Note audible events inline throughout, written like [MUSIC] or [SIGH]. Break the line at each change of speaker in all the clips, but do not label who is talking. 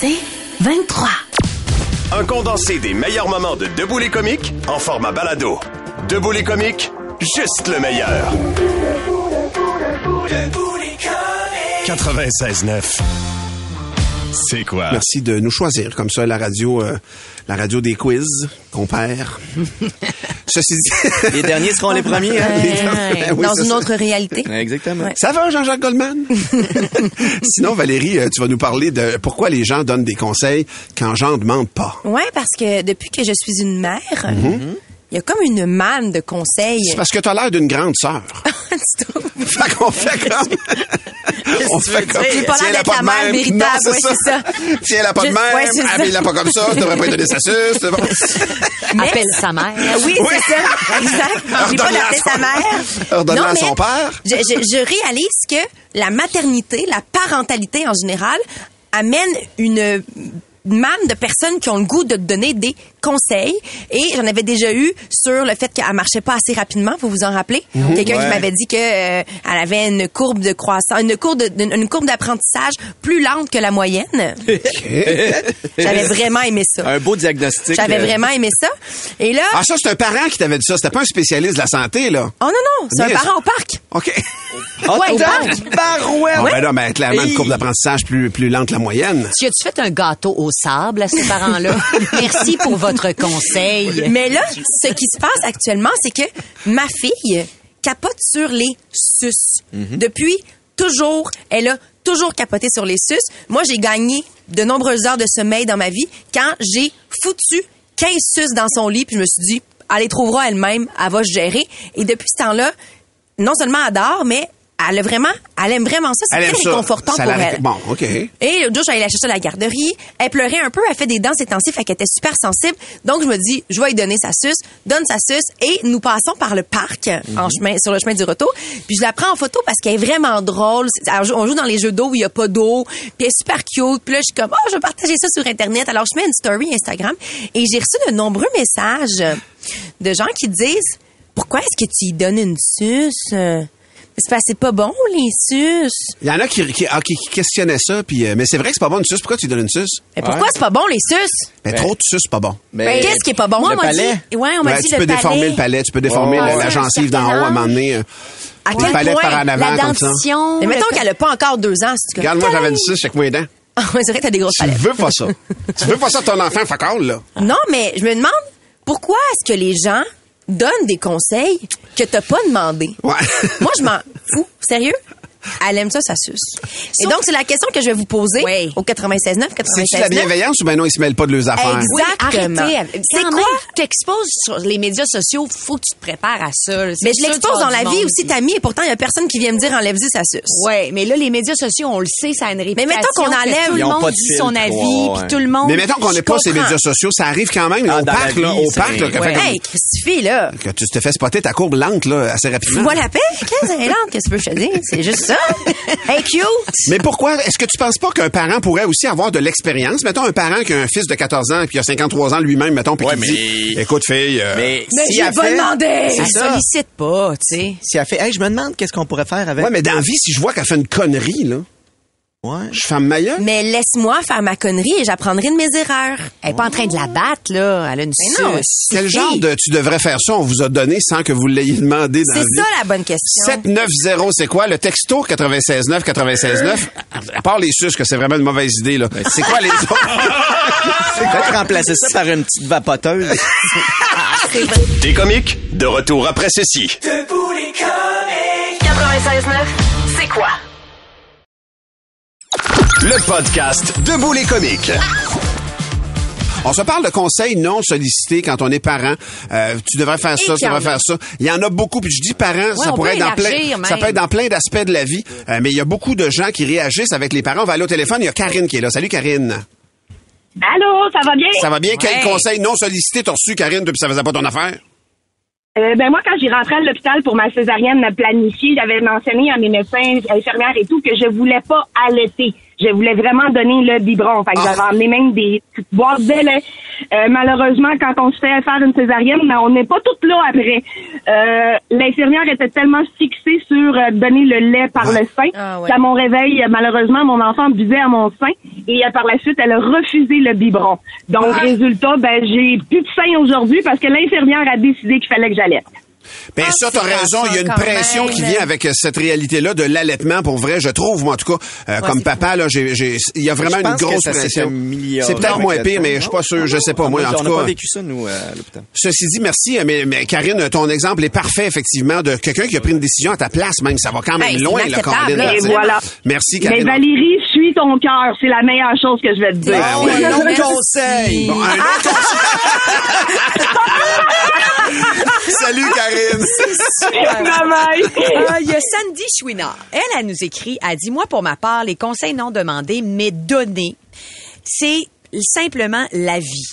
C'est [LAUGHS] 23.
Un condensé des meilleurs moments de Debout les comiques en format balado. Debout les comiques, juste le meilleur. 96.9. C'est quoi?
Merci de nous choisir comme ça la radio, euh, la radio des quiz qu'on
[LAUGHS]
perd. Ceci dit,
Les derniers seront
[LAUGHS]
les premiers. hein?
Ouais, oui,
dans
c'est
une
ça.
autre [LAUGHS] réalité.
Exactement.
ça va Jean-Jacques Goldman.
[LAUGHS]
Sinon Valérie, euh, tu vas nous parler de pourquoi les gens donnent des conseils quand Jean demande pas.
Oui, parce que depuis que je suis une mère, il y a comme une manne de conseils. [LAUGHS]
C'est parce que t'as l'air d'une grande sœur.
Tu trouves?
fait qu'on fait comme. on fait comme.
J'ai pas
Tiens-la
l'air d'être la mère
même.
véritable,
Non, c'est
ouais,
ça.
c'est ça.
Tiens-la pas de
Je-
même.
ouais, c'est ça.
Habille-la pas comme ça. Tu devrais pas lui donner sa
[LAUGHS]
suce. tu devrais-
Mais-
appelle sa [LAUGHS] mère.
Oui,
Oui.
c'est ça. [LAUGHS] Exact. J'ai
Ordonne-la
pas d'appeler
à son-
sa mère.
Ordonne-la
Non,
à
mais
son père.
Je, je- je réalise que la maternité, la parentalité en général, amène une manne de personnes qui ont le goût de te donner des conseils. Et j'en avais déjà eu sur le fait qu'elle marchait pas assez rapidement, vous vous en rappelez? Quelqu'un qui
Mhm. Ouais.
m'avait dit que euh, elle avait une courbe de croissance, une courbe de- une- une courbe d'apprentissage plus lente que
[LAUGHS]
la moyenne.
[LAUGHS]
J'avais vraiment aimé ça.
Un beau diagnostic.
J'avais
euh,
vraiment aimé ça. Et là,
Ah, ça, c'est un parent qui t'avait dit ça. C'était pas un spécialiste de la santé, là.
Oh non, non, c'est un
Yes.
parent au parc.
OK.
Ah,
Ouais,
tabarouette!
Ah, ben non, mais clairement, une
Hey.
courbe d'apprentissage plus, plus lente que la moyenne.
Tu as-tu fait un gâteau au sable à ces [LAUGHS] parents-là? Merci pour votre conseil.
Mais là, ce qui se passe actuellement, c'est que ma fille capote sur les sus.
Mhm.
Depuis toujours, elle a toujours capoté sur les sus. Moi, j'ai gagné de nombreuses heures de sommeil dans ma vie quand j'ai foutu 15 sus dans son lit, puis je me suis dit, elle les trouvera elle-même, elle va se gérer. Et depuis ce temps-là, non seulement elle dort, mais elle a vraiment, elle aime vraiment ça. C'est
Elle aime
très
ça.
réconfortant
Ça
pour
la-
elle.
Bon, OK.
Et l'autre jour, j'allais la chercher à la garderie. Elle pleurait un peu. Elle fait des danses intensives. Fait qu'elle était super sensible. Donc, je me dis, je vais lui donner sa suce. Donne sa suce. Et nous passons par le parc, en chemin, sur le chemin du retour. Puis, je la prends en photo parce qu'elle est vraiment drôle. C'est- alors, on joue dans les jeux d'eau où il n'y a pas d'eau. Puis, elle est super cute. Puis là, je suis comme, oh, je vais partager ça sur Internet. Alors, je mets une story Instagram. Et j'ai reçu de nombreux messages de gens qui disent, pourquoi est-ce que tu lui donnes une suce? Euh, C'est parce que c'est pas bon, les suces.
Il y en a qui, qui, ah, qui- qui questionnaient ça, puis, euh, mais c'est vrai que c'est pas bon une suce. Pourquoi tu donnes une suce?
Mais pourquoi
Ouais.
c'est pas bon, les suces?
Mais trop de suce, c'est pas bon.
Ben, Qu'est-ce qui est pas bon?
Le
Moi, on m'a
palais.
dit, ouais, on m'a
Ben,
dit
tu
le
peux
palais. Ah,
déformer le palais, tu peux déformer
Oh,
la,
ouais,
la
un
gencive
certain
d'en haut à un
âge.
moment donné. euh,
À
le
quel
palais
point?
par en
La
avant, comme ça.
dentition.
Mais
le
mettons
pa-
qu'elle a pas encore deux ans. c'est comme,
Regarde-moi, j'avais une suce avec mes dents.
Ah, ouais, c'est vrai que t'as des grosses
Tu
palettes.
veux pas ça. tu veux pas ça, ton enfant, fuck all, là.
Ah.
Non, mais je me demande, pourquoi est-ce que les gens donnent des conseils que t'as pas demandé?
Ouais.
[LAUGHS] Moi, je m'en fous. Sérieux? Elle aime ça, ça suce. Et donc, c'est la question que je vais vous poser
Ouais.
au 96.9,
C'est-tu de la
96.9.
bienveillance ou ben non, ils se mêlent pas de leurs affaires?
Oui,
Exactement.
arrêtez.
C'est
C'est
quoi?
quoi? Tu t'exposes sur les médias sociaux, faut que tu te prépares à ça. là. C'est
Mais je
sûr,
l'expose
tu vas
dans la
du
vie
monde.
aussi, Tammy, et pourtant, il y a personne qui vient me dire enlève-y, ça suce.
Ouais, mais là, les médias sociaux, on le sait, ça a une réputation.
mettons qu'on
que
enlève-
Tout
Ils
le
ont pas
monde
de
dit
filtre,
son avis,
ouais, ouais.
puis tout le monde.
Mais mettons qu'on
Je
n'est pas ces
comprends.
médias sociaux, ça arrive quand même,
Ah,
au
dans la
parc, là,
vie,
au
ça
parc, là,
arrive.
que fait comme-
Hey, Christy, là.
que tu te fais spotter ta courbe lente, là, assez rapidement.
Fous-moi la paix, 15 ans, qu'est-ce que tu veux que je te dise? C'est juste ça. Hey, cute.
Mais pourquoi? Est-ce que tu penses pas qu'un parent pourrait aussi avoir de l'expérience? Mettons un parent qui a un fils de 14 ans et qui a 53 ans lui-même, mettons, puis
Ouais,
qui
mais-
dit, écoute fille, euh,
Mais,
Mais
si
j'ai
elle
pas
fait-
demandé.
C'est
Elle
ça.
sollicite pas, tu sais.
Si elle fait, hey, je me demande qu'est-ce qu'on pourrait faire avec.
ouais, mais dans la vie, si je vois qu'elle fait une connerie, là,
Euh,
Ouais.
je ferme ma gueule.
Mais laisse-moi faire ma connerie et j'apprendrai de mes erreurs.
Elle est pas en train de la battre, là. Elle a une suce.
non,
Quel genre de tu devrais faire ça on vous a donné sans que vous l'ayez demandé dans
C'est
la
ça
vie?
la bonne question.
790, c'est quoi? Le texto 969 969,
Euh.
à part les suces que c'est vraiment une mauvaise idée,
Ben,
là. C'est quoi les
[LAUGHS]
autres?
Peut-être remplacer ça par une petite vapoteuse.
Des comiques, de retour après ceci.
96.9, c'est quoi?
Le podcast [LAUGHS] Debout les comiques.
On se parle de conseils non sollicités quand on est parent. Euh, tu devrais faire ça,
qu'il
tu
y en
devrais
a.
faire ça. Il y en a beaucoup. Puis je dis parents, ça
on
pourrait
peut
être dans plein,
élargir
ça
même.
peut être dans plein d'aspects de la vie. Euh, mais il y a beaucoup de gens qui réagissent avec les parents. On va aller au téléphone. Il y a Karine qui est là. Salut Karine.
Allô, ça va bien?
Ça va bien? Quel
Ouais.
conseil non sollicité t'as reçu, Karine, depuis ça faisait pas ton affaire?
Euh, ben moi, quand j'y rentrais à l'hôpital pour ma césarienne planifiée, j'avais mentionné à mes médecins, infirmières et tout que je voulais pas allaiter. Je voulais vraiment donner le biberon. Fait que
Ah.
j'avais emmené même des petites boîtes de lait. Euh, malheureusement, quand on se fait faire une césarienne, ben, on n'est pas toutes là après. Euh, L'infirmière était tellement fixée sur euh, donner le lait par
Ouais.
le sein
Ah ouais.
qu'à mon réveil, euh, malheureusement, mon enfant buvait à mon sein et euh, par la suite, elle a refusé le biberon. Donc,
Ah.
résultat, ben, j'ai plus de sein aujourd'hui parce que l'infirmière a décidé qu'il fallait que j'allais.
Ben
Ah,
ça, t'as
c'est
raison. Il y a une
quand
pression
même.
qui vient avec euh, cette réalité-là de l'allaitement, pour vrai, je trouve, moi, en tout cas, euh, comme
c'est
papa, là, j'ai, j'ai- il y a vraiment
Je pense
une grosse
que ça s'est
pression.
amélioré
C'est peut-être
avec
moins
le
pire,
temps. Ah,
mais je suis pas sûr, je sais pas, moi, en
on
tout
n'a pas
cas.
vécu ça, nous, euh, à l'hôpital.
Ceci dit, merci, euh, mais, mais Karine, ton exemple est parfait, effectivement, de quelqu'un qui a pris une décision à ta place, même. Ça va quand même
Hey, c'est
loin, là,
inacceptable,
Caroline,
là.
tu sais.
Et voilà.
Merci,
Mais
Karine.
Valérie, suis ton cœur. C'est la meilleure chose que je vais te dire.
Ah ouais,
un
merci. Ah,
autre conseil!
Bon, un autre conseil. [LAUGHS] Salut, Karine.
[LAUGHS]
Bye-bye.
Euh, Il y a Sandy Chouinard. Elle, elle nous écrit, elle dit, moi, pour ma part, les conseils non demandés, mais donnés, c'est simplement la vie.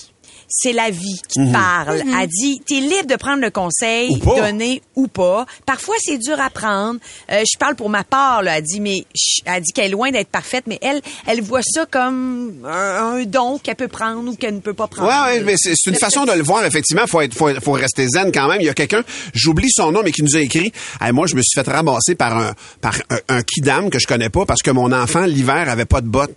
C'est la vie qui te parle.
Mhm.
Elle dit, t'es libre de prendre le conseil,
Mhm. Ou pas.
donné ou pas. Parfois, c'est dur à prendre. Euh, je parle pour ma part, là. Elle dit, mais ch- elle dit qu'elle est loin d'être parfaite, mais elle, elle voit ça comme un, un don qu'elle peut prendre ou qu'elle ne peut pas prendre.
Ouais, ouais, mais c'est c'est une façon de le voir, effectivement. Faut être, faut, faut rester zen quand même. Il y a quelqu'un, j'oublie son nom, mais qui nous a écrit. Hey, moi, je me suis fait ramasser par un, par un, un kidam que je connais pas parce que mon enfant, l'hiver, avait pas de bottes.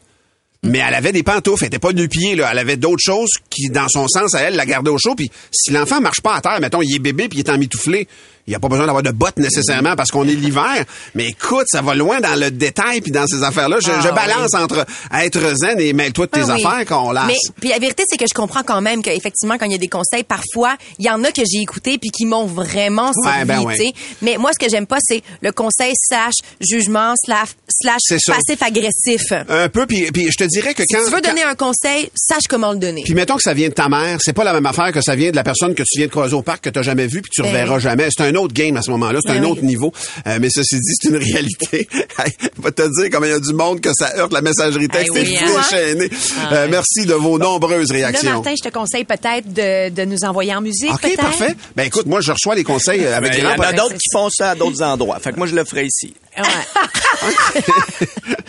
Mais elle avait des pantoufles, elle était pas nu pied là, elle avait d'autres choses qui dans son sens à elle la gardaient au chaud puis si l'enfant marche pas à terre, mettons il est bébé puis il est emmitouflé, il y a pas besoin d'avoir de bottes nécessairement parce qu'on est l'hiver, mais écoute, ça va loin dans le détail puis dans ces affaires-là, je,
Ah,
je balance entre être zen et mêle-toi de tes
Ah oui.
affaires qu'on lâche.
Mais puis la vérité c'est que je comprends quand même qu'effectivement quand il y a des conseils parfois il y en a que j'ai écouté puis qui m'ont vraiment servi,
ben ouais.
tu sais. Mais moi ce que j'aime pas c'est le conseil slash jugement slash slash
C'est ça.
passif agressif.
Un peu, puis, puis je te dirais que
Si
quand...
tu veux
quand-
donner un conseil, sache comment le donner.
Puis mettons que ça vient de ta mère, c'est pas la même affaire que ça vient de la personne que tu viens de croiser au parc que t'as jamais vue puis tu
Ben
reverras
oui.
jamais. C'est un autre game à ce moment-là, c'est
Ben
un
oui.
autre niveau. Euh, mais ceci dit, c'est une [LAUGHS] réalité. Hey, Va te dire comment il y a du monde que ça heurte la messagerie texte.
Hey,
C'est
oui, hein.
déchaîné.
Ah,
Euh,
ouais.
merci de vos nombreuses
Là,
réactions.
Martin, je te conseille peut-être de, de nous envoyer en musique.
OK,
peut-être.
parfait. Ben écoute, moi je reçois les conseils euh, avec
Ben, Il y
grand
en a
plaisir.
d'autres qui font ça à d'autres endroits. Fait que moi, je le ferai ici.
Ouais.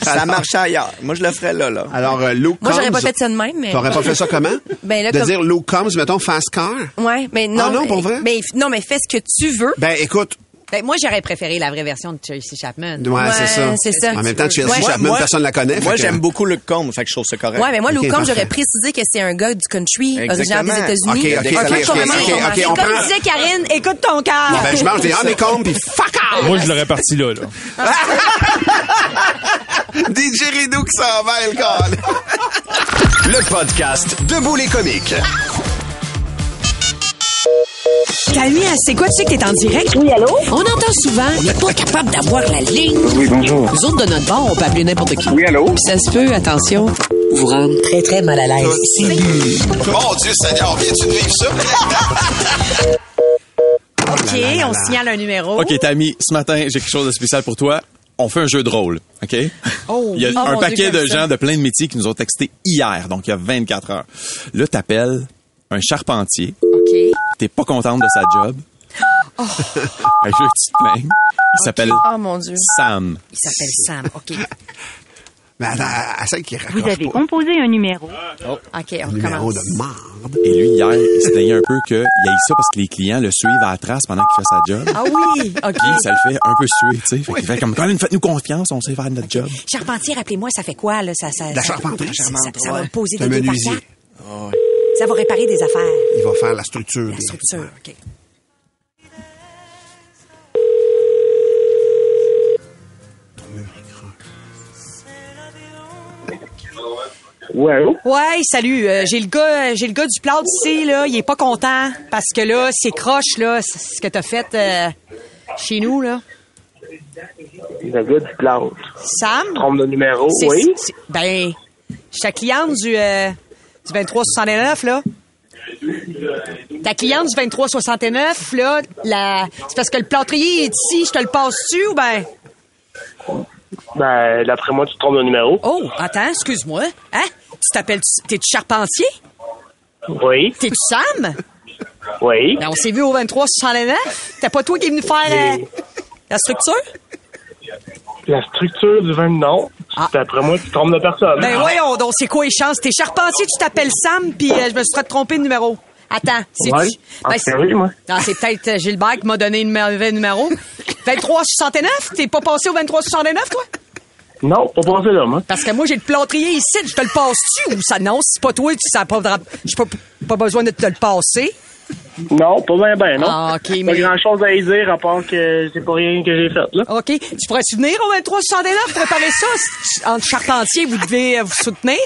Ça marche ailleurs. Moi, je le ferai là, là.
Alors, euh, Lou
Moi, j'aurais
Combs-
pas fait ça de même, mais-
T'aurais pas fait ça comment?
[LAUGHS] Ben, là,
de
comme-
dire Lou comes, mettons, fast
[LAUGHS]
car.
Ouais, mais non.
Ah non, pour vrai?
Mais non, mais fais ce que tu veux.
Ben, écoute,
Ben, moi, j'aurais préféré la vraie version de Tracy Chapman.
ouais, c'est ça.
c'est ça.
En même temps, Chelsea
Ouais.
Chapman, personne la connaît. fait
Moi,
que-
j'aime beaucoup Luke Combs, fait que je trouve ça correct.
Ouais, mais moi,
Ok,
Lou Combs,
parfait.
j'aurais précisé que c'est un gars du country, originaire des
Exactement.
États-Unis.
Ok, ok,
Un
ok,
gars
ok, ok,
complètement incompréhensible.
ok, on
Comme
prend-
disait Karine, écoute ton
Ah,
cœur.
ben, je mange des
Ah,
honeycombs puis fuck
[LAUGHS]
out!
Moi, je l'aurais parti là, là.
DJ Rideau qui s'en va, le gars.
Le podcast Debout les comiques.
Camille, hein, c'est quoi? Tu sais que t'es en direct?
Oui, allô?
On entend souvent, on n'est pas capable d'avoir la ligne.
Oui, bonjour.
Nous autres, de notre bord, on peut appeler n'importe qui.
Oui, allô?
Ça se peut, attention. Vous rendre très, très mal à l'aise.
Mon Dieu Seigneur, viens-tu de vivre ça? Oh
OK, on signale un numéro.
OK, Tammy, ce matin, j'ai quelque chose de spécial pour toi. On fait un jeu de rôle, OK?
Oh,
il y a
oui. Oh,
un
mon Dieu,
paquet de
j'aime ça.
gens de plein de métiers qui nous ont texté hier, donc il y a 24 heures. Là, t'appelles un charpentier.
OK. Oh.
T'es pas contente de sa
[GASPS]
job. [LAUGHS] Un jeu que tu te plaignes. Il s'appelle
Oh mon Dieu.
Sam.
Il s'appelle Sam. OK.
[LAUGHS] Mais attends, à celle qui raccroche pas. Oh.
composé un numéro.
OK, on
Numéro
commence.
de merde.
Et lui, hier, il se plaignait un peu qu'il aille ça parce que les clients le suivent à la trace pendant qu'il fait sa job.
Ah oui, OK.
Puis ça le fait un peu suer, tu sais. Fait qu'il fait comme, quand même, faites-nous confiance, on sait faire notre job.
Charpentier, rappelez-moi, ça fait quoi, là? Ça, Euh, ça,
La
ça-
charpenterie,
ça-
charpente, hein?
Ça, ça va
ouais.
poser
C'est un
des deux par
menuisier.
quatre. Ça va réparer des affaires.
Ah, Il va faire la structure.
La structure, OK.
Oui, allô?
Ouais, salut. euh, j'ai le gars, j'ai le gars du plat ici là. Il est pas content parce que là, c'est croche là, c- ce que t'as fait euh, chez nous là.
Le gars du plâtre.
Sam.
Trompe de numéro,
c'est-
oui?
c'est- ben, je ta cliente du euh, du 2369 là. Ta cliente du 2369 là, la, c'est parce que le plâtrier est ici. Je te le passe tu ou ben?
Ben, d'après moi, tu te trompes de numéro.
Oh, attends, excuse-moi. Hein? Tu t'appelles, t'es tu charpentier?
Oui,
T'es tu Sam?
oui.
Ben, on s'est vu au 23 69. T'as pas toi qui est venu faire euh, la structure?
La structure du vin, non.
Ah.
D'après moi, tu te trompes de personne.
Ben voyons donc, c'est quoi les chances? T'es charpentier, tu t'appelles Sam, puis euh, je me serais trompé de numéro. Attends, c'est
Ouais.
tu-
Ah,
Ben,
c'est vrai, moi.
Non, c'est peut-être euh, Gilbert
[LAUGHS]
qui m'a donné le mauvais numéro. 2369? T'es pas passé au 2369, toi?
Non, pas passé là, moi.
Parce que moi, j'ai le plâtrier ici, je te le passe-tu ou ça? Non, si c'est pas toi, tu sais pas, j'ai pas, pas besoin de te le passer.
Non, pas bien, ben, non.
Ah, ok,
Pas
mais-
grand-chose à y dire à part que c'est pas rien que j'ai fait, là.
OK. Tu pourrais soutenir au 2369 pour préparer ça? Si- Entre charpentier, vous devez euh, vous soutenir?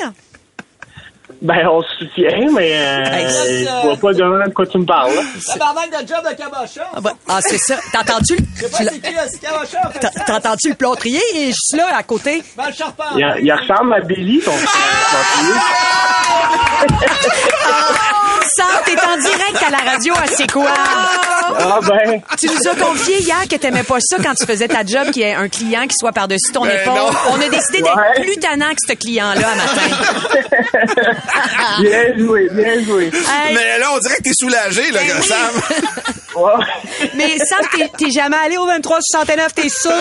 Ben, on se soutient, mais euh,
Hey, ça,
je vois pas vraiment de quoi tu me parles, là.
Ah, C'est pas mal de job de cabochon.
Ah, bah, ah, c'est ça. T'entends-tu le... tu l'as-
qui, là, c'est cabochon. fait
t'as- T'entends-tu le plâtrier? Il est juste là, à côté.
Val Charpent.
Il, il ressemble à Billy, ton
Ah!
ton
[LAUGHS] Ça, t'es en direct à la radio, à C'est quoi?
Ah, ben.
Tu nous as confié hier que t'aimais pas ça quand tu faisais ta job qu'il y ait un client qui soit par-dessus ton épaule. On a décidé d'être
Ouais.
plus tannant que ce client-là, à matin.
Ah. Bien joué, bien joué.
Ah. Hey,
Mais là, on dirait que t'es soulagé, là,
Ben oui.
Sam.
Ouais.
mais Sam, t'es- t'es jamais allé au 2369, t'es sûr?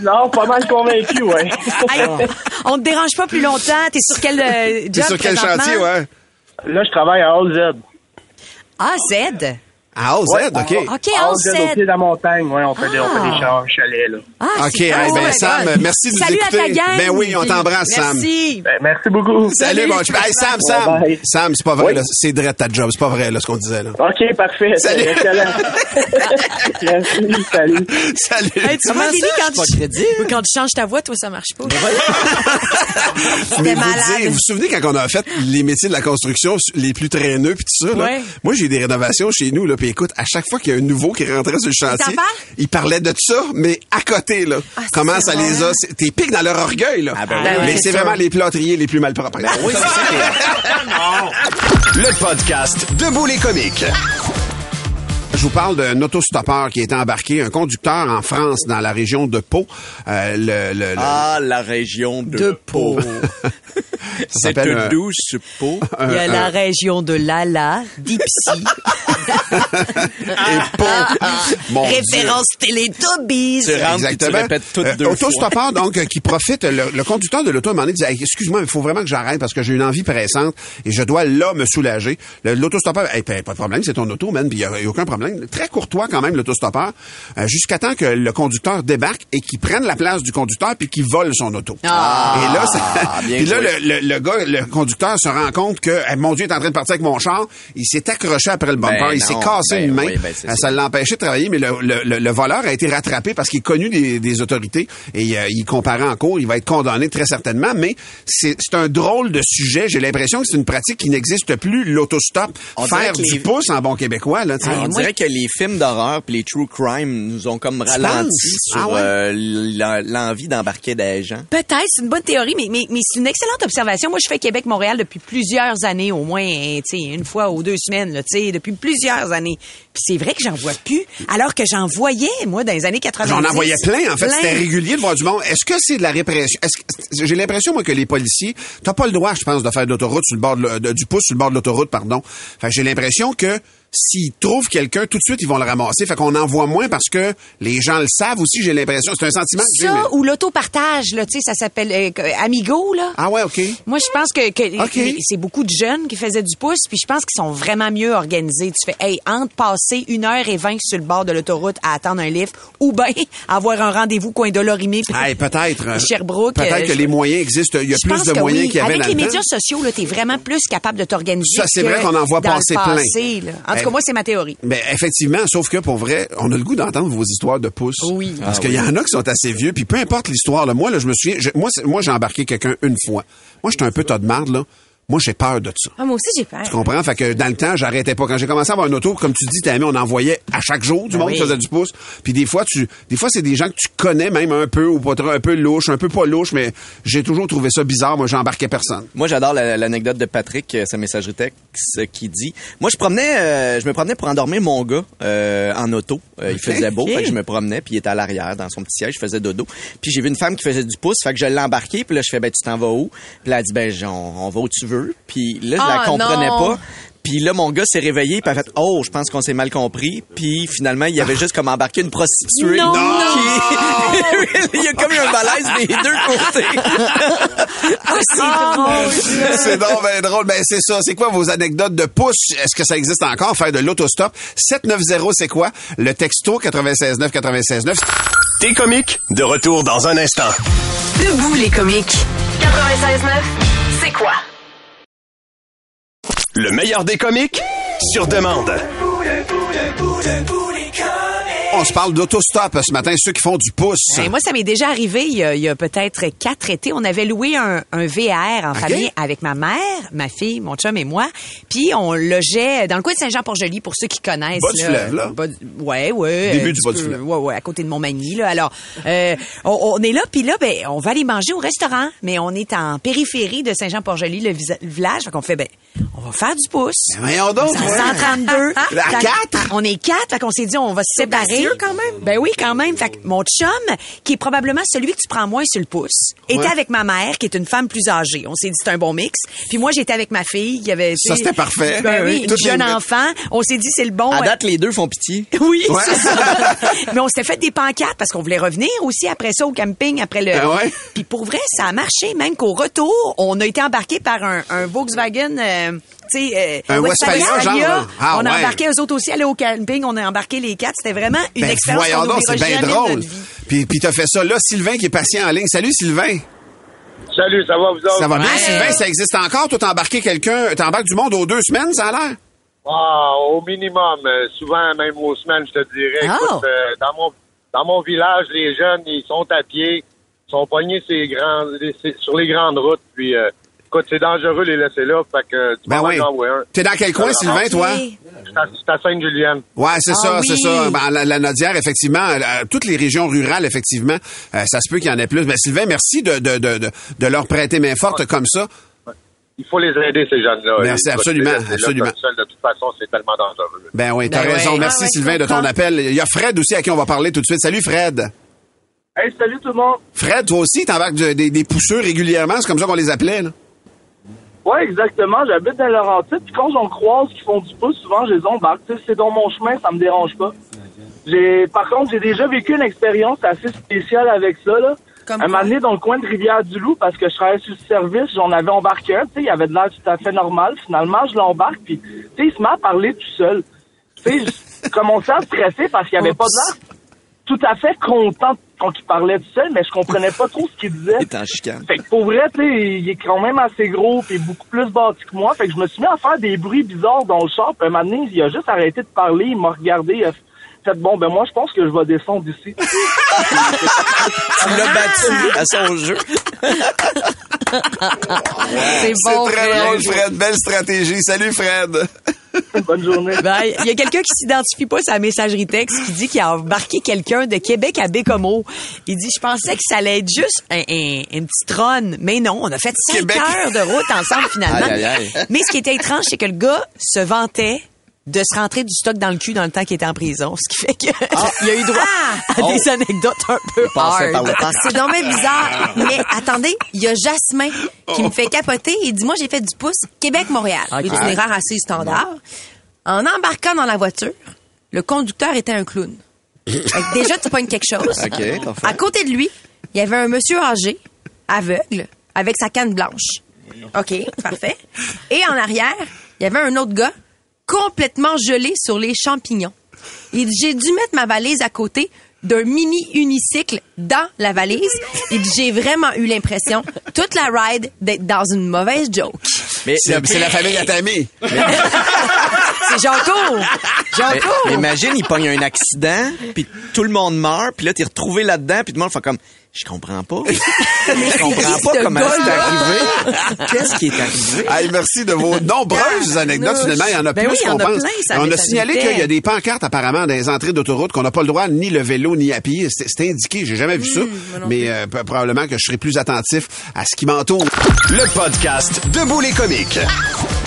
Non, pas mal convaincu, ouais.
Hey, on te dérange pas plus longtemps. T'es sur quel euh, job
T'es sur quel
présentement?
chantier, ouais?
Là, je travaille à All Z.
Ah, Z.
Ah, OZ,
Ouais,
OK.
on-
OK, on
All Z au
Z.
pied de la montagne, ouais, on fait des, on fait
Ah.
des chars, chalets, là.
Ah,
OK,
c'est-
hey,
oh
ben,
my
Sam,
God.
merci de nous
Salut à ta
écouter.
gang.
Ben oui, on t'embrasse, Sam.
Merci.
Ben, merci beaucoup.
Salut, mon chum. Hey, Sam, Sam.
Bye.
Sam, c'est pas vrai,
Oui. Oh,
là. C'est vrai ta job. C'est pas vrai, là, ce qu'on disait, là.
OK, parfait.
Salut.
[LAUGHS]
Excellent. merci, salut.
[LAUGHS] Salut.
Hey, tu vois,
Comment
Lily,
ça,
quand,
j'ai
tu-
pas de crédit?
quand tu changes ta voix, toi, ça marche pas.
Mais
C'était
vous,
malade.
dire- vous vous souvenez quand on a fait les métiers de la construction les plus traîneux puis tout ça là?
Ouais.
Moi j'ai des rénovations chez nous là puis écoute à chaque fois qu'il y a un nouveau qui rentrait sur le chantier,
t'affaires?
il parlait de ça mais à côté là.
c'est
Comment ça
bon.
les a c'est- T'es pique dans leur orgueil là.
Ah ben
oui.
mais
oui,
c'est
c'est
vraiment
sûr.
les plâtriers les plus malpropres.
Oui, c'est ça qui est-
Ah
Le podcast Debout les comiques.
Je vous parle d'un autostoppeur qui a été embarqué, un conducteur en France dans la région de Pau. Euh, le, le- le-
Ah, la région de,
De
[LAUGHS] Pau. C'est
s'appelle,
une
euh,
douce
[LAUGHS]
peau.
Il y a la région de Lala, d'Ipsy.
et Pau.
Ah.
Mon Dieu.
Référence Teletubbies.
Tu rentres et tu
Exactement.
répètes toutes
Euh,
deux fois.
autostoppeur, donc, euh, qui profite, le, le conducteur de l'auto, à un moment donné, dit, Hey, excuse-moi, mais il faut vraiment que j'arrête parce que j'ai une envie pressante et je dois là me soulager. Le- L'autostoppeur, Hey, ben, pas de problème, c'est ton auto, man, puis il n'y a, aucun problème. Très courtois quand même, l'autostoppeur, euh, jusqu'à temps que le conducteur débarque et qu'il prenne la place du conducteur puis qu'il vole son auto. et là, ça-
Ah, [LAUGHS] bien
puis là,
joué.
le, le- le gars, le conducteur se rend compte que, Hey, mon Dieu, il est en train de partir avec mon char, il s'est accroché après le bumper,
Ben
il s'est
non,
cassé
ben
une main,
oui, ben c'est
Euh,
ça.
ça l'a empêché de travailler, mais le, le- le- le voleur a été rattrapé parce qu'il est connu des, des autorités et euh, il comparaît en cours, il va être condamné très certainement, mais c'est c'est un drôle de sujet. J'ai l'impression que c'est une pratique qui n'existe plus, l'autostop.
On dirait
Faire
que
du
les- Ah,
pouce en bon québécois, là, tu sais.
on dirait que les films d'horreur puis les true crime nous ont comme ralenti
penses?
sur
Ah ouais?
euh, l'en- l'envie d'embarquer des gens.
Peut-être, c'est une bonne théorie, mais, mais, mais c'est une excellente observation. Moi, je fais Québec-Montréal depuis plusieurs années, au moins, hein, tu sais, une fois ou deux semaines, là, tu sais, depuis plusieurs années. Puis c'est vrai que j'en vois plus, alors que j'en voyais, moi, dans les années 90.
J'en envoyais plein, en fait.
Plein.
C'était régulier de voir du monde. Est-ce que c'est de la répression? Est-ce que- J'ai l'impression, moi, que les policiers, t'as pas le droit, je pense, de faire de l'autoroute sur le bord de le- de- du pouce sur le bord de l'autoroute, pardon. Fait que j'ai l'impression que s'ils trouvent quelqu'un, tout de suite, ils vont le ramasser. Fait qu'on en voit moins parce que les gens le savent aussi, j'ai l'impression. C'est un sentiment que j'ai.
Ça,
mais-
ou l'autopartage, là, tu sais, ça s'appelle euh, Amigo, là.
Ah ouais, OK.
Moi, je pense que, que
OK.
les- c'est beaucoup de jeunes qui faisaient du pouce, puis je pense qu'ils sont vraiment mieux organisés. Tu fais, hey, entre passer une heure et vingt sur le bord de l'autoroute à attendre un lift, ou bien [LAUGHS] avoir un rendez-vous coin de l'orimé.
Hey, peut-être. euh,
Sherbrooke, euh,
Peut-être que
je-
les moyens existent. Il y a
Je
plus
pense
de
que
moyens
oui.
qu'il y avait
Avec
dans
les
le temps.
médias sociaux, là, t'es vraiment plus capable de t'organiser.
Ça, c'est
que
vrai qu'on en voit
dans
passer
le passé, là. En
Hey.
tout cas, moi, c'est ma théorie.
Ben, effectivement, sauf que pour vrai, on a le goût d'entendre vos histoires de pouces.
Oui.
Parce qu'il y en a qui sont assez vieux, puis peu importe l'histoire. Là, moi, là, je me souviens, je- moi, c'est- moi, j'ai embarqué quelqu'un une fois. Moi, j'étais un peu tas de marde, là. Moi, j'ai peur de ça.
Ah, moi aussi, j'ai peur.
Tu comprends? Fait que dans le temps, j'arrêtais pas. Quand j'ai commencé à avoir un auto, comme tu dis, Tammy, on envoyait à chaque jour
Ben
du monde qui faisait du pouce. Puis des fois, tu, des fois, c'est des gens que tu connais même un peu, ou pas trop, un peu louche, un peu pas louche, mais j'ai toujours trouvé ça bizarre. Moi, j'embarquais personne.
Moi, j'adore la- l'anecdote de Patrick, euh, sa messagerie texte, qui dit Moi, je promenais, euh, je me promenais pour endormir mon gars euh, en auto. Euh, il faisait beau, fait que je me promenais, puis il était à l'arrière dans son petit siège, je faisais dodo. Puis j'ai vu une femme qui faisait du pouce, fait que je l'ai embarquée, puis là, je fais Ben, tu t'en vas où Puis là, elle dit Ben, j'en- on, va où tu veux. Puis là, je
Ah,
la comprenais
non.
pas. Puis là, mon gars s'est réveillé, puis a fait Oh, je pense qu'on s'est mal compris. Puis finalement, il avait juste comme embarqué une prostituée.
Non!
Qui- [LAUGHS] il y a comme eu un malaise des deux côtés.
Ah,
Ah! c'est donc ben drôle. Ben, c'est ça. C'est quoi vos anecdotes de pouce? Est-ce que ça existe encore? Faire de l'autostop? 790, c'est quoi? Le texto 969 969.
T'es comique? De retour dans un instant.
Debout les comiques. 96.9, c'est quoi?
Le meilleur des comiques? Sur demande.
On se parle d'autostop ce matin, ceux qui font du pouce.
Ben, moi, ça m'est déjà arrivé il y a, il y a peut-être quatre étés. On avait loué un, un VR en famille avec ma mère, ma fille, mon chum et moi. Puis on logeait dans le coin de Saint-Jean-Port-Joli, pour ceux qui connaissent.
Bas du fleuve, là.
Bas du- ouais, ouais.
Début du
un petit
bas du
peu,
fleuve.
Ouais, ouais, à côté de Montmagny. Là. Alors, euh, on, on est là, puis là, ben, on va aller manger au restaurant, mais on est en périphérie de Saint-Jean-Port-Joli, le, visa- le village. Fait qu'on fait, ben, on va faire du pouce.
Ben, voyons donc,
On est
ouais.
132.
À
Fait que-
quatre?
On est quatre, fait qu'on s'est dit, on va se séparer.
audacieux, quand même.
Ben oui, quand même. Fait que mon chum, qui est probablement celui que tu prends moins sur le pouce,
Ouais.
était avec ma mère, qui est une femme plus âgée. On s'est dit, c'est un bon mix. Puis moi, j'étais avec ma fille, qui avait...
Ça, c'était parfait.
Ben oui, une
Toutes les
jeune
minutes.
enfant. On s'est dit, c'est le bon...
À
euh,
date, les deux font pitié.
oui,
Ouais.
c'est
[LAUGHS]
ça. [LAUGHS] Mais on s'était fait des pancartes parce qu'on voulait revenir aussi après ça au camping, après le.
Ah ouais?
Puis pour vrai, ça a marché, même qu'au retour, on a été embarqué par un, un Volkswagen. euh, tu sais, euh,
Un
Westphalia,
Westphalia, genre? Ah
on a
ouais.
embarqué eux autres aussi, aller au camping, on a embarqué les quatre. C'était vraiment une
Ben,
expérience qu'on
donc,
n'oubliera
c'est bien
jamais de
drôle.
notre vie.
Puis, puis t'as fait ça. Là, Sylvain qui est patient en ligne. Salut, Sylvain.
Salut, ça va, vous autres?
Ça va bien,
Ouais.
Sylvain? Ça existe encore? Toi, t'embarquais quelqu'un, t'embarques du monde aux deux semaines, ça a l'air?
Ah, au minimum. euh, souvent, même aux semaines, je te dirais.
Ah.
Écoute, euh, dans, mon, dans mon village, les jeunes, ils sont à pied. Ils sont pognés sur les grandes, les- sur les grandes routes. Puis, euh, écoute, c'est dangereux de les laisser là. Fait que euh, tu
Ben
vas
oui.
en envoyer un.
T'es dans quel coin, Sylvain, toi?
Ok.
Je suis à- je suis à Sainte-Julienne.
Ouais, c'est
Ah
ça,
oui.
c'est ça. Ben, la, la Nodière, effectivement, euh, euh, toutes les régions rurales, effectivement, euh, ça se peut qu'il y en ait plus. Mais Sylvain, merci de, de, de, de, de leur prêter main forte comme ça.
Il faut les aider, ces jeunes-là.
Merci,
Et, écoute,
absolument,
les laisser là,
absolument.
comme seuls, de toute façon, c'est tellement dangereux.
Ben oui, t'as
Ben
raison.
ouais.
Merci
Ah ouais,
Sylvain
je
de ton
comprends.
appel. Il y a Fred aussi à qui on va parler tout de suite. Salut Fred.
Hey, salut tout le monde.
Fred, toi aussi, t'embarques de- des, des pousseux régulièrement, c'est comme ça qu'on les appelait. Là.
Oui, exactement. J'habite dans Laurentide. Puis quand j'en croise qui font du pouce, souvent, je les embarque. Tu sais, c'est dans mon chemin, ça me dérange pas. J'ai, par contre, j'ai déjà vécu une expérience assez spéciale avec ça, là.
Comme
un
quoi?
moment donné, dans le coin de Rivière-du-Loup, parce que je travaillais sur le service, j'en avais embarqué un, tu sais, il avait de l'air tout à fait normal. Finalement, je l'embarque, puis, tu sais, il se met à parler tout seul. Tu sais, je commençais à stresser parce qu'il avait pas de l'air tout à fait content quand il parlait tout seul, mais je comprenais pas trop ce qu'il disait.
Il est en chicane.
Fait que pour vrai, tu sais, il est quand même assez gros puis beaucoup plus bâti que moi. Fait que je me suis mis à faire des bruits bizarres dans le char. Puis un moment donné, il a juste arrêté de parler, il m'a regardé, il a fait bon, ben moi, je pense que je vais descendre d'ici.
Tu l'as battu à son jeu.
Ah, C'est bon. Fred.
Fred. Belle stratégie. Salut Fred.
Bonne journée.
Ben, Il y a quelqu'un qui s'identifie pas sa messagerie texte qui dit qu'il a embarqué quelqu'un de Québec à Bécomo. Il dit, je pensais que ça allait être juste un, un, une petite run. Mais non, on a fait cinq
Québec.
heures de route ensemble finalement.
Aïe, aïe, aïe.
Mais ce qui était étrange, c'est que le gars se vantait de se rentrer du stock dans le cul dans le temps qu'il était en prison. Ce qui fait que
Ah,
il a eu droit à
Oh.
des anecdotes un peu
passait par
hard.
le
Ah, C'est donc bien bizarre. Mais attendez, il y a Jasmin qui me fait capoter. Il dit, moi, j'ai fait du pouce Québec-Montréal.
Ok.
Itinéraire assez standard. En embarquant dans la voiture, le conducteur était un clown. Fait que déjà, tu pognes quelque chose.
OK, parfait.
À côté de lui, il y avait un monsieur âgé, aveugle, avec sa canne blanche. OK, parfait. Et en arrière, il y avait un autre gars complètement gelé sur les champignons. Il dit, j'ai dû mettre ma valise à côté d'un mini unicycle dans la valise. Il dit, j'ai vraiment eu l'impression, toute la ride, d'être dans une mauvaise joke.
Mais
C'est c'est la famille Atami.
C'est Jean-Claude!
Mais-
Jean-Claude!
mais imagine, il pogne un accident, puis tout le monde meurt, puis là, t'es retrouvé là-dedans, puis tout le monde fait comme, je comprends pas. [LAUGHS] Je comprends pas comment c'est arrivé. Qu'est-ce qui est arrivé?
Hey, merci de vos nombreuses anecdotes. Finalement, il y en a
Ben
plus
oui, il y
qu'on
en a
pense.
plein, ça,
on a
ça
signalé
s'évitait.
qu'il y a des pancartes apparemment dans les entrées d'autoroute qu'on n'a pas le droit ni le vélo ni à pied. C'est c'est indiqué. J'ai jamais vu
Mmh,
ça. Mais euh, p- probablement que je serai plus attentif à ce qui m'entoure.
Le podcast Debout les comiques.
C'est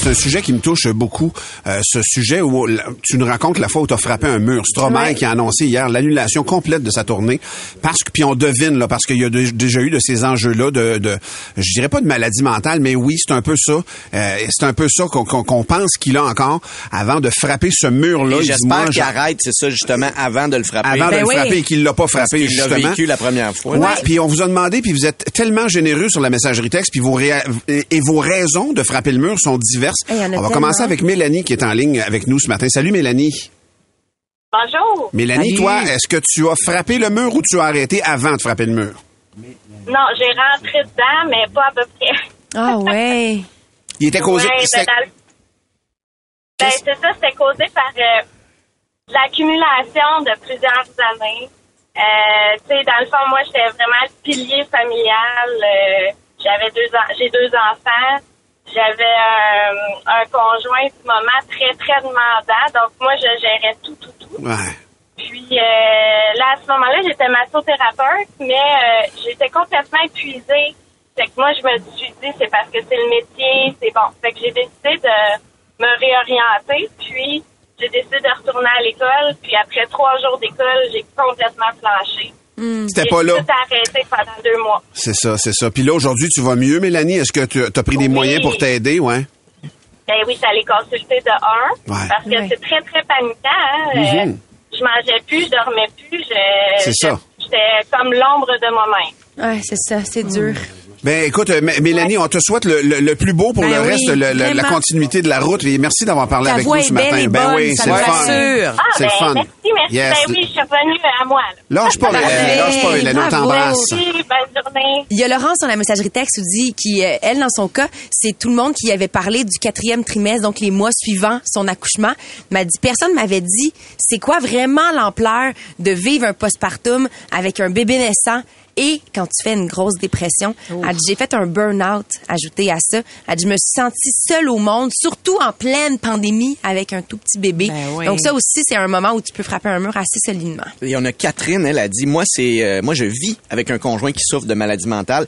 c'est un sujet qui me touche beaucoup. Euh, ce sujet où l- tu nous racontes la fois où tu as frappé un mur. Stromae qui a annoncé hier l'annulation complète de sa tournée. Parce que, puis on devine, là, parce qu'il y a de- déjà eu de ces enjeux-là de, de, je dirais pas de maladie mentale, mais oui, c'est un peu ça. Euh, c'est un peu ça qu'on qu'on- qu'on pense qu'il a encore avant de frapper ce mur-là.
Et
Il dit, moi,
J'espère qu'il
j'en-
arrête, c'est ça, justement, avant de le frapper.
avant de
Ben
le
oui.
frapper et qu'il l'a pas
Parce
frappé
qu'il l'a
justement.
vécu la première fois.
Ouais,
Ouais.
puis on vous a demandé puis vous êtes tellement généreux sur la messagerie texte puis vos réa- et et vos raisons de frapper le mur sont diverses.
Il y en a
on va
tellement.
commencer avec Mélanie qui est en ligne avec nous ce matin. Salut Mélanie.
Bonjour.
Mélanie,
Salut.
toi, est-ce que tu as frappé le mur ou tu as arrêté avant de frapper le mur
Non, j'ai rentré dedans, mais pas à peu près.
Ah ouais.
Il était causé
Ouais, ben,
c'était-
dans le- Ben, c'est ça, c'était causé par euh, l'accumulation de plusieurs années. Euh, tu sais, dans le fond, moi, j'étais vraiment le pilier familial. Euh, j'avais deux en- j'ai deux enfants. J'avais euh, un conjoint du moment très, très demandant. Donc, moi, je gérais tout, tout, tout.
Ouais.
Puis euh, là, à ce moment-là, j'étais massothérapeute, mais euh, j'étais complètement épuisée. Fait que moi, je me suis dit, c'est parce que c'est le métier, c'est bon. Fait que j'ai décidé de me réorienter, puis j'ai décidé de retourner à l'école. Puis après trois jours d'école, j'ai complètement planché.
Hmm.
Hmm.
C'était
J'ai
pas là.
tout arrêté pendant deux mois.
C'est ça, c'est ça. Puis là aujourd'hui, tu vas mieux Mélanie, est-ce que tu as pris des
Oui.
moyens pour t'aider, ouais
Ben oui, j'allais consulter de un,
Ouais.
parce que
Ouais.
c'est très, très paniquant. Hein? Euh,
Mhm.
je mangeais plus, je dormais plus. je-
C'est ça.
J'étais comme l'ombre de moi-même.
Ouais, c'est ça, c'est dur.
Ben écoute, euh, M- Mélanie, on te souhaite le, le- le plus beau pour
Ben
le
oui,
reste, le- le- la
vraiment.
continuité de la route. Et merci d'avoir parlé
Ta
avec
voix
nous
est
ce
belle
matin.
et
ben
bonne,
oui,
ça
c'est le
nous
fun.
rassure.
Ah,
C'est le
ben,
fun.
Merci, merci.
Yes.
Ben oui, je suis revenue à moi. là.
Lâche pas, Mélanie,
Parfait.
lâche pas, Mélanie, on
Bravo.
t'embrasse.
Merci, bonne journée.
Il y a Laurence sur la messagerie texte qui dit qui euh, elle dans son cas c'est tout le monde qui avait parlé du quatrième trimestre donc les mois suivants son accouchement m'a dit personne m'avait dit c'est quoi vraiment l'ampleur de vivre un postpartum avec un bébé naissant et quand tu fais une grosse dépression elle dit, j'ai fait un burn-out ajouté à ça elle dit, je me suis sentie seule au monde surtout en pleine pandémie avec un tout petit bébé
Ben oui.
donc ça aussi c'est un moment où tu peux frapper un mur assez solidement
Et on a Catherine, elle a dit, moi c'est, euh, moi je vis avec un conjoint qui souffre de maladie mentale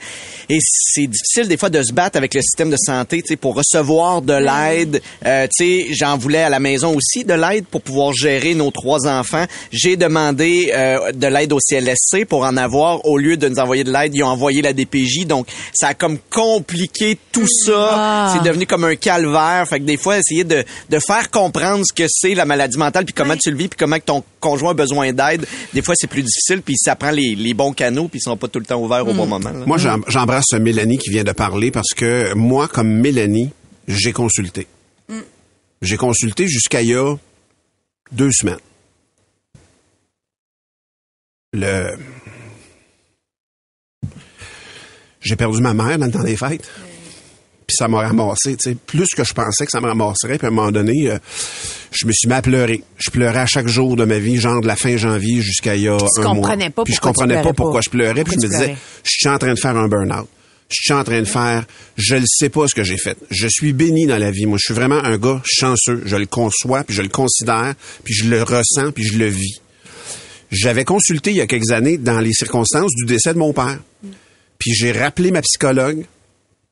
et c'est difficile des fois de se battre avec le système de santé, tu sais, pour recevoir de l'aide. Euh, tu sais, j'en voulais à la maison aussi de l'aide pour pouvoir gérer nos trois enfants. J'ai demandé euh, de l'aide au CLSC pour en avoir au lieu de nous envoyer de l'aide, ils ont envoyé la DPJ, donc ça a comme compliqué tout ça.
Ah.
C'est devenu comme un calvaire. Fait que des fois essayer de, de faire comprendre ce que c'est la maladie mentale puis comment tu le vis puis comment que ton conjoint a besoin d'aide. Des fois, c'est plus difficile, puis ça prend les, les bons canaux, puis ils sont pas tout le temps ouverts au bon
Hmm.
moment.
hein.
là.
Moi, j'em- j'embrasse Mélanie qui vient de parler parce que moi, comme Mélanie, j'ai consulté.
Mm.
J'ai consulté jusqu'à il y a deux semaines. Le... J'ai perdu ma mère dans le temps des fêtes.
Mm.
Puis ça m'a ramassé, tu sais, plus que je pensais que ça me ramasserait. Puis à un moment donné, euh, je me suis mis à pleurer. Je pleurais à chaque jour de ma vie, genre de la fin janvier jusqu'à il y a
tu
un
comprenais
mois.
pas
Puis je
pourquoi tu
comprenais pas
pleurais
pourquoi
pas.
je pleurais. Puis
Pourquoi
je me
tu
disais,
pleurais?
je suis en train de faire un burn-out. Je suis en train de faire, je ne sais pas ce que j'ai fait. Je suis béni dans la vie. Moi, je suis vraiment un gars chanceux. Je le conçois, puis je le considère, puis je le ressens, puis je le vis. J'avais consulté il y a quelques années dans les circonstances du décès de mon père. Puis j'ai rappelé ma psychologue,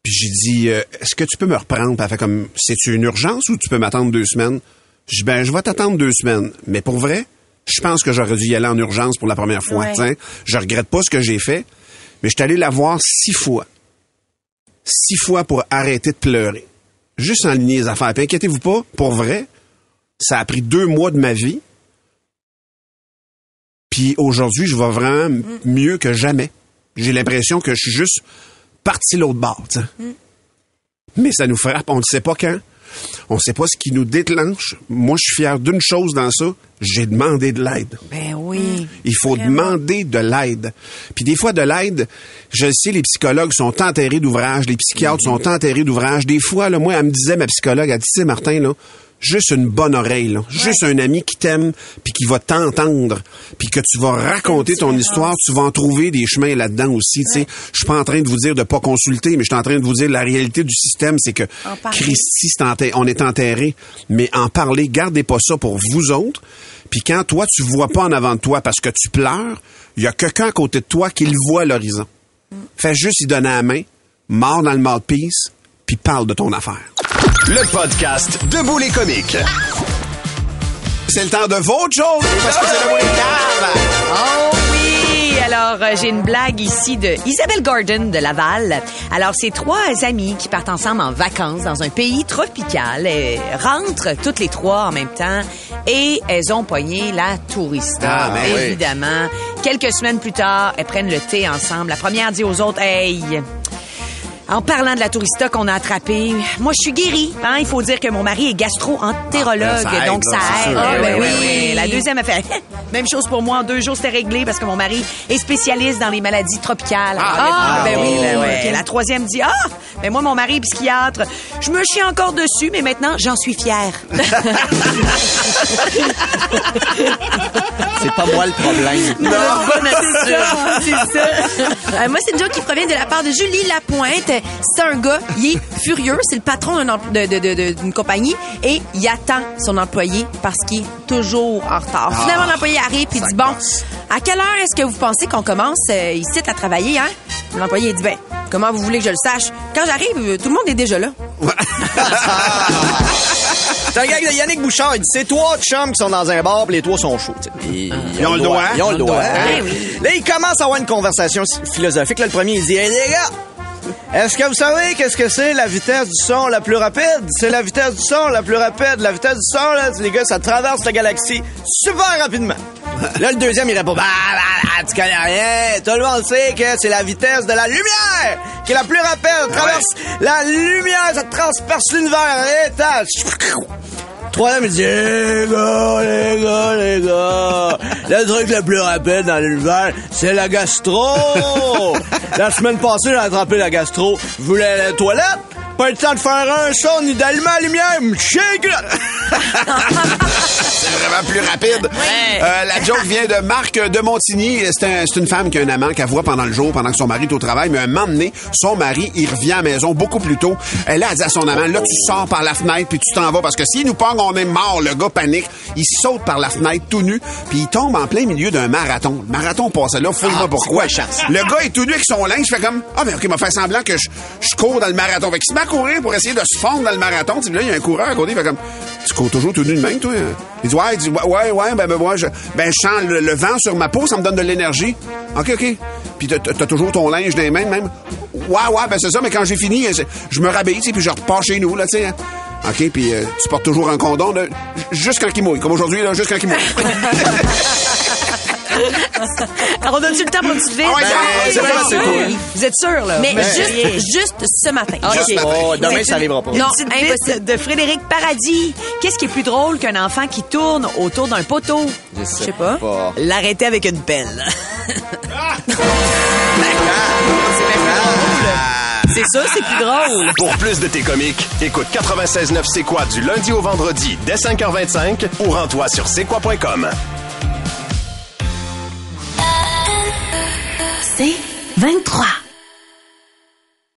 puis j'ai dit, euh, est-ce que tu peux me reprendre? Puis elle fait comme, c'est-tu une urgence ou tu peux m'attendre deux semaines? Je dis, ben, je vais t'attendre deux semaines. Mais pour vrai, je pense que j'aurais dû y aller en urgence pour la première fois.
Ouais.
Tiens, je regrette pas ce que j'ai fait, mais je suis allé la voir six fois. Six fois pour arrêter de pleurer. Juste en ligne les affaires. Puis inquiétez-vous pas, pour vrai, ça a pris deux mois de ma vie. Puis aujourd'hui, je vais vraiment m- mieux que jamais. J'ai l'impression que je suis juste parti l'autre bord. tu sais. Mais ça nous frappe, on ne sait pas quand. On ne sait pas ce qui nous déclenche. Moi, je suis fier d'une chose dans ça. J'ai demandé de l'aide.
Ben oui.
Il faut demander de l'aide. Puis des fois, de l'aide, je le sais, les psychologues sont enterrés d'ouvrage, les psychiatres sont enterrés d'ouvrage. Des fois, là, moi, elle me disait, ma psychologue, elle dit, tu sais, Martin, là, juste une bonne oreille, là, juste un ami qui t'aime, puis qui va t'entendre, puis que tu vas raconter ton histoire, tu vas en trouver des chemins là-dedans aussi. tu sais. Je suis pas en train de vous dire de pas consulter, mais je suis en train de vous dire la réalité du système, c'est que
En parler.
Christy, c'est enterré- on est enterré, mais en parler, gardez pas ça pour vous autres. Puis quand toi, tu vois pas en avant de toi parce que tu pleures, il y a quelqu'un à côté de toi qui le voit à l'horizon. Fais juste y donner la main, mort dans le mouthpiece, puis parle de ton affaire.
Le podcast Debout les comiques.
Ah,
C'est le temps de votre joke parce que c'est le week-end.
Oh oui! Alors, euh, j'ai une blague ici de Isabelle Gordon de Laval. Alors, c'est trois amies qui partent ensemble en vacances dans un pays tropical. Elles rentrent toutes les trois en même temps et elles ont pogné la tourista.
Ah, mais oui.
évidemment. Quelques semaines plus tard, elles prennent le thé ensemble. La première dit aux autres, « Hey, en parlant de la tourista qu'on a attrapée, moi je suis guérie. Hein, il faut dire que mon mari est gastro-entérologue,
Ah, ben, ça aide,
donc ça
là, c'est
aide.
sûr.
Ah,
Eh
ben
oui,
oui.
oui.
La deuxième a fait [LAUGHS] même chose pour moi. En deux jours c'était réglé parce que mon mari est spécialiste dans les maladies tropicales.
Ah, ben oui,
ben
ok.
La troisième dit ah, mais moi mon mari est psychiatre. Je me chie encore dessus, mais maintenant j'en suis fière. [LAUGHS]
C'est pas moi le
[LAUGHS]
problème.
C'est ça. Euh, moi, c'est une joke qui provient de la part de Julie Lapointe. C'est un gars, il est furieux. C'est le patron d'un empl- de- de- de- de- d'une compagnie et il attend son employé parce qu'il est toujours en retard. Finalement, l'employé arrive et dit Bon, à quelle heure est-ce que vous pensez qu'on commence euh, ici à travailler, hein? L'employé dit Ben, comment vous voulez que je le sache? Quand j'arrive, euh, tout le monde est déjà là.
C'est un gag de Yannick Bouchard. Il dit c'est trois chums qui sont dans un bar, puis les trois sont chauds. tu sais. Ils, ils
ont le doigt.
Ils ont le Eh doigt.
Ben oui.
Là, ils commencent à avoir une conversation philosophique. Là, le premier, il dit Hey, les gars, est-ce que vous savez qu'est-ce que c'est la vitesse du son la plus rapide C'est la vitesse du son la plus rapide. La vitesse du son, là, les gars, ça traverse la galaxie super [LAUGHS] rapidement. Là, le deuxième, il répond bah, bah, bah, tu connais rien. Tout le monde sait que c'est la vitesse de la lumière qui est la plus rapide. Traverse la lumière, ça transperce l'univers. Et t'as- Troisième, il dit, les gars, les gars, les gars, le truc le plus rapide dans l'univers, c'est la [LAUGHS] gastro. la semaine passée, j'ai attrapé la gastro. Je voulais aller à la toilette. Pas le temps de faire un son ni d'allumer la lumière. Me chier, là.
C'est vraiment plus rapide. Euh, la joke vient de Marc de Montigny. C'est un- c'est une femme qui a un amant qu'elle voit pendant le jour, pendant que son mari est au travail. Mais un moment donné, son mari, il revient à la maison beaucoup plus tôt. Elle a dit à son amant, là, tu sors par la fenêtre, puis tu t'en vas. Parce que s'il nous pogne, on est mort. Le gars panique. Il saute par la fenêtre tout nu, puis il tombe en plein milieu d'un marathon. Le marathon passait là, fouille-moi pourquoi. Le gars est tout nu avec son linge. Je fais comme, ah, ben, OK, il m'a fait semblant que je, je cours dans le marathon. Fait qu'il se met à courir pour essayer de se fondre dans le marathon. Tu sais, là, il y a un coureur à côté. Il fait comme, tu cours toujours tout nu de même, toi? hein? Il dit, ouais, il dit, ouais, ouais, ouais, ben, ben, moi, je, ben, je sens le, le vent sur ma peau, ça me donne de l'énergie. OK, OK. Puis t'as- t'as t'as toujours ton linge dans les mains, même. Ouais, ouais, ben, c'est ça, mais quand j'ai fini, je, je me rhabille, tu sais, puis je repars chez nous, là, tu sais. hein. OK, puis euh, tu portes toujours un condom, là, j- juste quand il mouille. Comme aujourd'hui, là, juste quand il mouille.
Alors on donne-tu le temps pour une petite vie?
Ah ouais,
Ben,
c'est
vous
vrai,
êtes
c'est
sûr?
cool.
Vous êtes sûr là
Mais
Ben,
juste, juste ce matin.
Ok.
Juste matin.
Oh, demain, ça arrivera pas.
Une
Non,
petite bite
impossible.
de Frédéric Paradis. Qu'est-ce qui est plus drôle qu'un enfant qui tourne autour d'un poteau?
Je sais
pas.
L'arrêter avec une pelle. ah, C'est ça, c'est plus drôle.
Pour plus de tes comiques, écoute 96.9 C'est quoi du lundi au vendredi dès 5h25 ou rends-toi sur c'est quoi.com.
C'est 23.